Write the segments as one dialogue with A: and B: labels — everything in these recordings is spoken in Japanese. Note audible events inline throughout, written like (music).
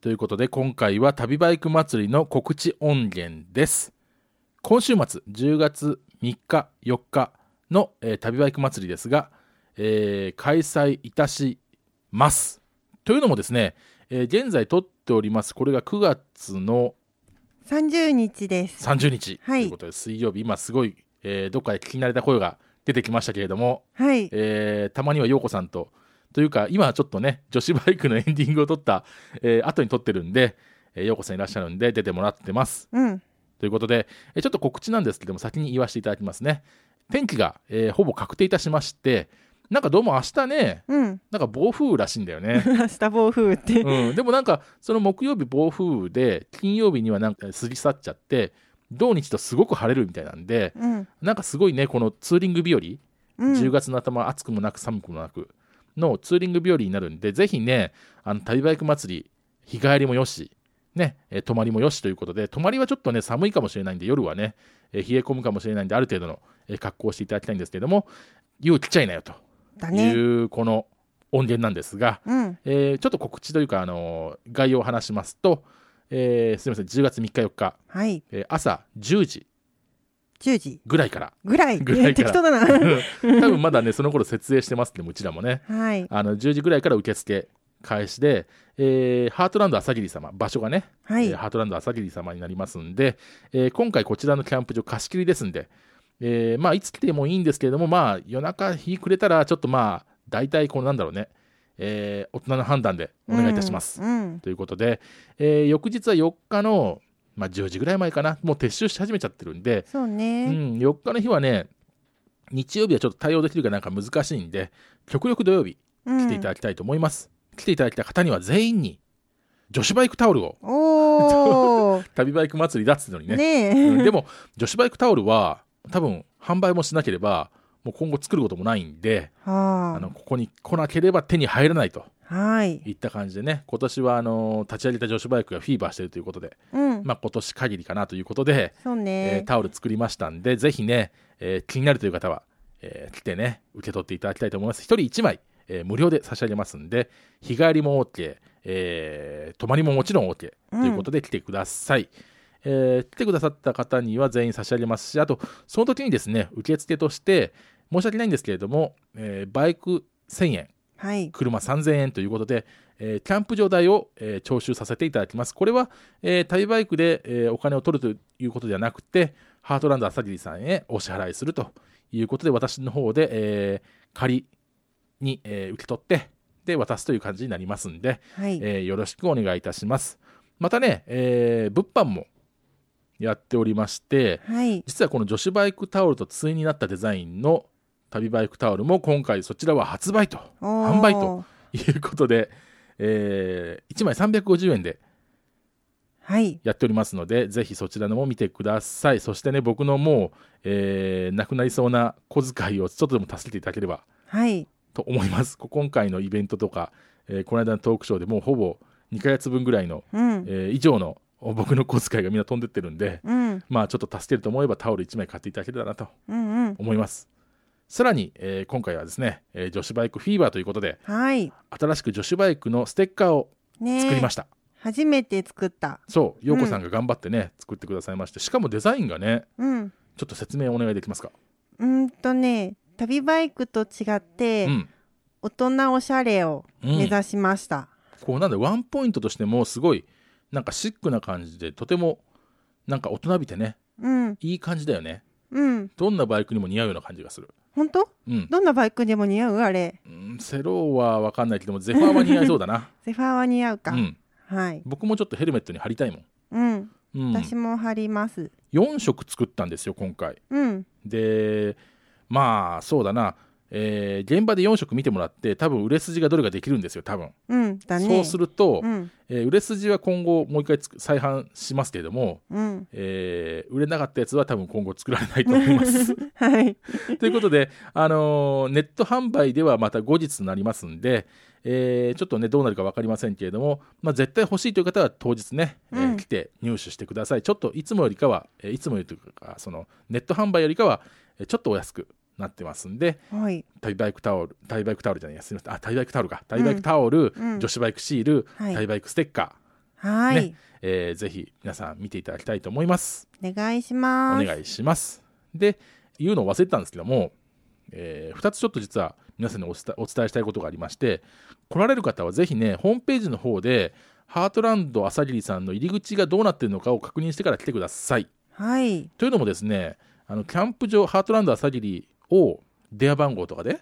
A: ということで今回は旅バイク祭りの告知音源です今週末10月3日4日の、えー旅バイク祭りですが、えー開催いたしますというのもですね、えー現在撮っておりますこれが9月の
B: 30日です。
A: 30日と
B: はい
A: いうことで水曜日、今すごい、えーどっかで聞き慣れた声が出てきましたけれども、
B: はい。
A: えーたまには陽子さんとというか今はちょっとね女子バイクのエンディングを撮った、えー後に撮ってるんで、えー、陽子さんいらっしゃるんで出てもらってます
B: うん。
A: ということで、えーちょっと告知なんですけども先に言わせていただきますね天気が、えーほぼ確定いたしましてなんかどうも明日ね
B: うん。
A: なんか暴風雨らしいんだよね
B: 明日暴風雨って。
A: うん、でもなんかその木曜日暴風雨で金曜日にはなんか過ぎ去っちゃって土日とすごく晴れるみたいなんで
B: うん。
A: なんかすごいねこのツーリング日和、
B: うん。
A: 10月の頭暑くもなく寒くもなくのツーリング日和になるんでぜひねあの旅バイク祭り日帰りもよしね、えー泊まりもよしということで泊まりはちょっとね寒いかもしれないんで夜はね、えー冷え込むかもしれないんである程度の、えー格好をしていただきたいんですけれども湯を切っちゃいなよと
B: だ
A: い
B: ね。
A: うこの音源なんですが、
B: うん。
A: えーちょっと告知というか、あのー概要を話しますと、えーすみません、10月3日、4日、
B: はい。
A: えー朝10時
B: 10時
A: ぐらいから、 (laughs)
B: ぐらい。
A: ぐらいから
B: 適当だ
A: (laughs)
B: な。
A: 多分まだね、その頃設営してますって、うちらもね、
B: はい。
A: あの10時ぐらいから受付開始で、えーハートランド朝霧様、場所がね、
B: は
A: えー
B: い。
A: ハートランド朝霧様になりますんで、えー今回こちらのキャンプ場貸し切りですんで、えーまあ、いつ来てもいいんですけれども、まあ、夜中日暮れたら、ちょっとまあ、大体こうなんだろうね、えー大人の判断でお願いいたします。
B: うん。
A: ということで、えー翌日は4日の、まあ、10時ぐらい前かな、もう撤収し始めちゃってるんで、
B: そう
A: うん、
B: ね。
A: 4日の日はね、日曜日はちょっと対応できるかなんか難しいんで、極力土曜日
B: 来
A: 来ていただきたいと思います。来ていただきた方には全員に女子バイクタオルを、
B: おー。
A: 旅バイク祭りだっつうのに (laughs) ね。
B: ね
A: うん
B: え。
A: でも、女子バイクタオルは多分販売もしなければ、もう今後作ることもないんで、あ
B: は
A: のここに来なければ手に入らないと
B: あ。はい。
A: いった感じでね、今年はあの立ち上げた女子バイクがフィーバーしてるということで、
B: うん。
A: まあ、今年限りかなということで、
B: そう
A: えー
B: ね。
A: タオル作りましたんで、ぜひね、えー気になるという方は、えー来てね、受け取っていただきたいと思います。一人一枚、えー無料で差し上げますんで、日帰りも OK、えー泊まりももちろん OK ということで来てください。えー来てくださった方には全員差し上げますし、あと、その時にですね、受付として、申し訳ないんですけれども、えーバイク1000円、
B: はい。
A: 車3000円ということで、えーキャンプ場代を、えー徴収させていただきます。これは、えー、旅バイクで、えーお金を取るということではなくて、ハートランド朝霧さんへお支払いするということで、私の方で、えー仮に、えー受け取って、で、渡すという感じになりますんで、
B: はい。
A: えーよろしくお願いいたします。またね、えー物販もやっておりまして、
B: はい。
A: 実はこの女子バイクタオルと対になったデザインの旅バイクタオルも今回そちらは発売と
B: おー
A: 販売と。いうことで、え1枚350円で
B: はい。
A: やっておりますのでぜひそちらのも見てくださいそしてね僕のもう、えーなくなりそうな小遣いをちょっとでも助けていただければ
B: はい。
A: と思いますこ今回のイベントとか、えーこの間のトークショーでもうほぼ2ヶ月分ぐらいの、
B: うん。
A: えー以上の僕の小遣いがみんな飛んでってるんで
B: うん。
A: まあちょっと助けると思えばタオル1枚買っていただけたらなと
B: うん。うん。
A: 思いますさらに、えー今回はですね、えー女子バイクフィーバーということで
B: はい。
A: 新しく女子バイクのステッカーを
B: ね
A: 作りま
B: し
A: した、
B: 初めて作った。
A: そう陽子さんが頑張ってね、作ってくださいましてしかもデザインがね
B: うん。
A: ちょっと説明お願いできますか、
B: うーんとね、旅バイクと違って、
A: うん、
B: 大人おしゃれを目指しました。
A: こうなんでワンポイントとしてもすごいなんかシックな感じでとてもなんか大人びてね
B: うん、
A: いい感じだよね
B: うん、
A: どんなバイクにも似合うような感じがする
B: 本当？
A: うん、
B: どんなバイクでも似合うあれ。
A: うん、セローは分かんないけどもゼファーは似合いそうだな、
B: セファーは似合う
A: う
B: か。
A: ん、
B: はい。
A: 僕もちょっとヘルメットに貼りたいもん
B: うん、
A: うん、
B: 私も貼ります。
A: 4色作ったんですよ今回
B: うん、
A: でまあそうだな、えー現場で4色見てもらって多分売れ筋がどれができるんですよ多分、
B: うん、だね。
A: そうす
B: る。
A: ると、
B: うん、
A: えー売れ筋は今後もう一回つく再販しますけれども、
B: うん、
A: えー売れなかったやつは多分今後作られないと思います
B: (laughs) はい。
A: ということで、あのーネット販売ではまた後日になりますんで、えーちょっとねどうなるか分かりませんけれども、まあ、絶対欲しいという方は当日ね、えー
B: うん
A: 来て入手してくださいちょっといつもよりかは、えーいつもよりというかそのネット販売よりかはえーちょっとお安くなってますんで
B: はい。
A: タイバイクタオルタイバイクタオルじゃないやすみませんあタイバイクタオルかタイバイクタオル、
B: うん
A: 女子バイクシール、
B: はい
A: タイバイクステッカー
B: はい、
A: えーぜひ皆さん見ていただきたいと思います。
B: お願いし
A: お
B: ます。
A: 願いします。で、言うのを忘れてたんですけども、え2つちょっと実は皆さんにお伝えお伝えしたいことがありまして、来られる方はぜひね、ホームページの方で、ハートランド朝霧さんの入り口がどうなってるのかを確認してから来てください。
B: はい、
A: というのもですね、あのキャンプ場、ハートランド朝霧を電話番号とかで、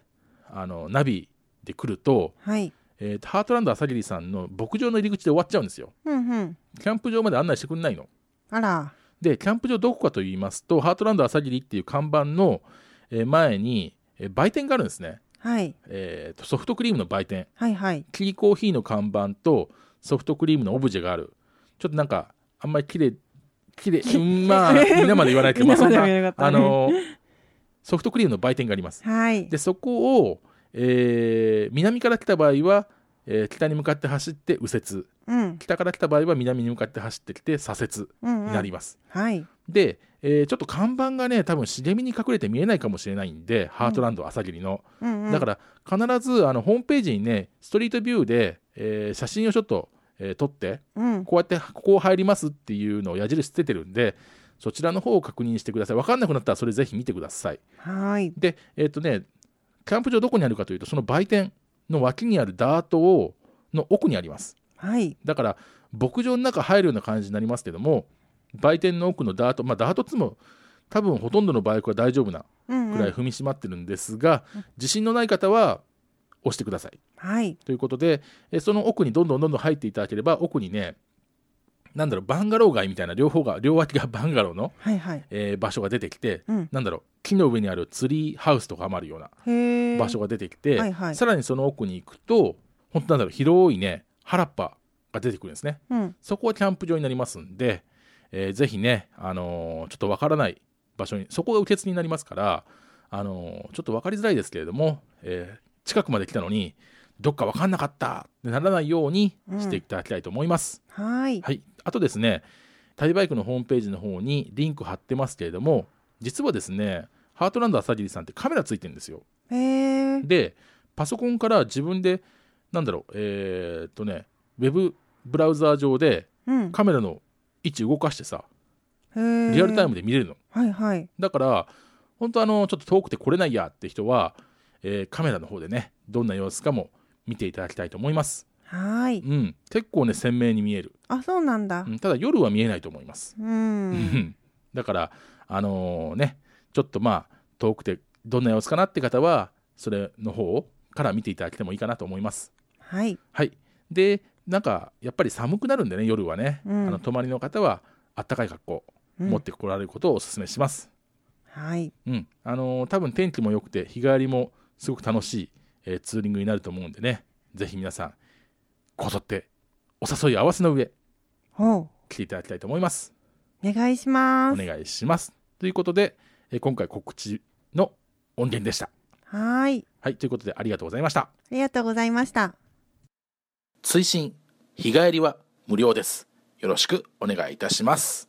A: あのナビで来ると、
B: はい、
A: えーハートランド朝霧さんの牧場の入り口で終わっちゃうんですよ。
B: うんうん。
A: キャンプ場まで案内してくんないの。
B: あら、
A: で、キャンプ場どこかと言いますと、ハートランド朝霧っていう看板のえー前にえー売店があるんですね。
B: はい、
A: えーとソフトクリームの売店。
B: はいはい、
A: キリコーヒーの看板とソフトクリームのオブジェがある。ちょっとなんか、あんまり綺麗、綺麗、うんまあ、みんなまで言わないけど、まあ、そん
B: (laughs) みん
A: な、
B: なまでは言わなか
A: あ
B: ったね
A: のー、ソフトクリームの売店があります。
B: はい、
A: で、そこを、えー南から来た場合は、えー北に向かって走って右折。
B: うん、
A: 北から来た場合は南に向かって走ってきて左折
B: うん、
A: になります。
B: はい、で
A: で、えーちょっと看板がね多分茂みに隠れて見えないかもしれないんで、ハートランド朝霧の、だから必ずあのホームページにねストリートビューで、えー写真をちょっと、えー撮って
B: ら、うん、
A: こうやってここを入りますっていうのを矢印つけてるんでそちらの方を確認してください分かんなくなったらそれぜひ見てください
B: はい、
A: でえっ、とねキャンプ場どこにあるかというとその売店の脇にあるダートをの奥にあります
B: はい、
A: だから牧場の中入るような感じになりますけども売店の奥のダートまあダートつも多分ほとんどのバイクは大丈夫な
B: うん、
A: くらい踏みしまってるんですが、自信のない方は押してください
B: はい、
A: ということでえその奥にどんどんどんどん入っていただければ奥にねなんだろうバンガロー街みたいな両方が両脇がバンガローの、
B: はいはい、
A: えー場所が出てきて
B: うん、
A: なんだろう木の上にあるツリーハウスとかもあるような
B: へえ、
A: 場所が出てきて、
B: はいはい
A: さらにその奥に行くと本当なんだろう広いね原っぱが出てくるんですね
B: うん、
A: そこはキャンプ場になりますんで、えーぜひね、あのーちょっとわからない場所に、そこが受け継ぎになりますから、あのーちょっとわかりづらいですけれども、えー近くまで来たのに、どっかわかんなかったってならないようにしていただきたいと思います。
B: はい、
A: はい。あとですね、旅バイクのホームページの方にリンク貼ってますけれども、実はですね、ハートランド朝霧さんってカメラついてるんですよ。
B: へえ、
A: でパソコンから自分でなんだろうえーっとねウェブブラウザー上で
B: うん、
A: カメラの位置動かしてさ
B: へえ、
A: リアルタイムで見れるの、
B: はいはい、
A: だから本当あのちょっと遠くて来れないやって人は、えーカメラの方でねどんな様子かも見ていただきたいと思います
B: はい、
A: うん結構ね鮮明に見える、
B: あ、そうなんだ
A: う。んただ夜は見えないと思います
B: う、
A: うん (laughs) んだからあのねちょっとまあ遠くてどんな様子かなって方はそれの方から見ていただけてもいいかなと思います
B: はい、
A: はい。で、なんか、やっぱり寒くなるんでね、夜はね。
B: うん
A: あの、泊まりの方は、あったかい格好、
B: うん
A: 持ってこられることをお勧めします。
B: はい、
A: うん。あのー多分天気も良くて、日帰りもすごく楽しい、えーツーリングになると思うんでね。ぜひ皆さん、こぞって、お誘い合わせの上、
B: ほう。
A: 来ていただきたいと思います。
B: お願いしま
A: お
B: す。
A: 願いします。ということで、えー今回告知の音源でした。
B: はーい。
A: はい。ということで、ありがとうございました。
B: ありがとうございました。
A: 推進日帰りは無料ですよろしくお願いいたします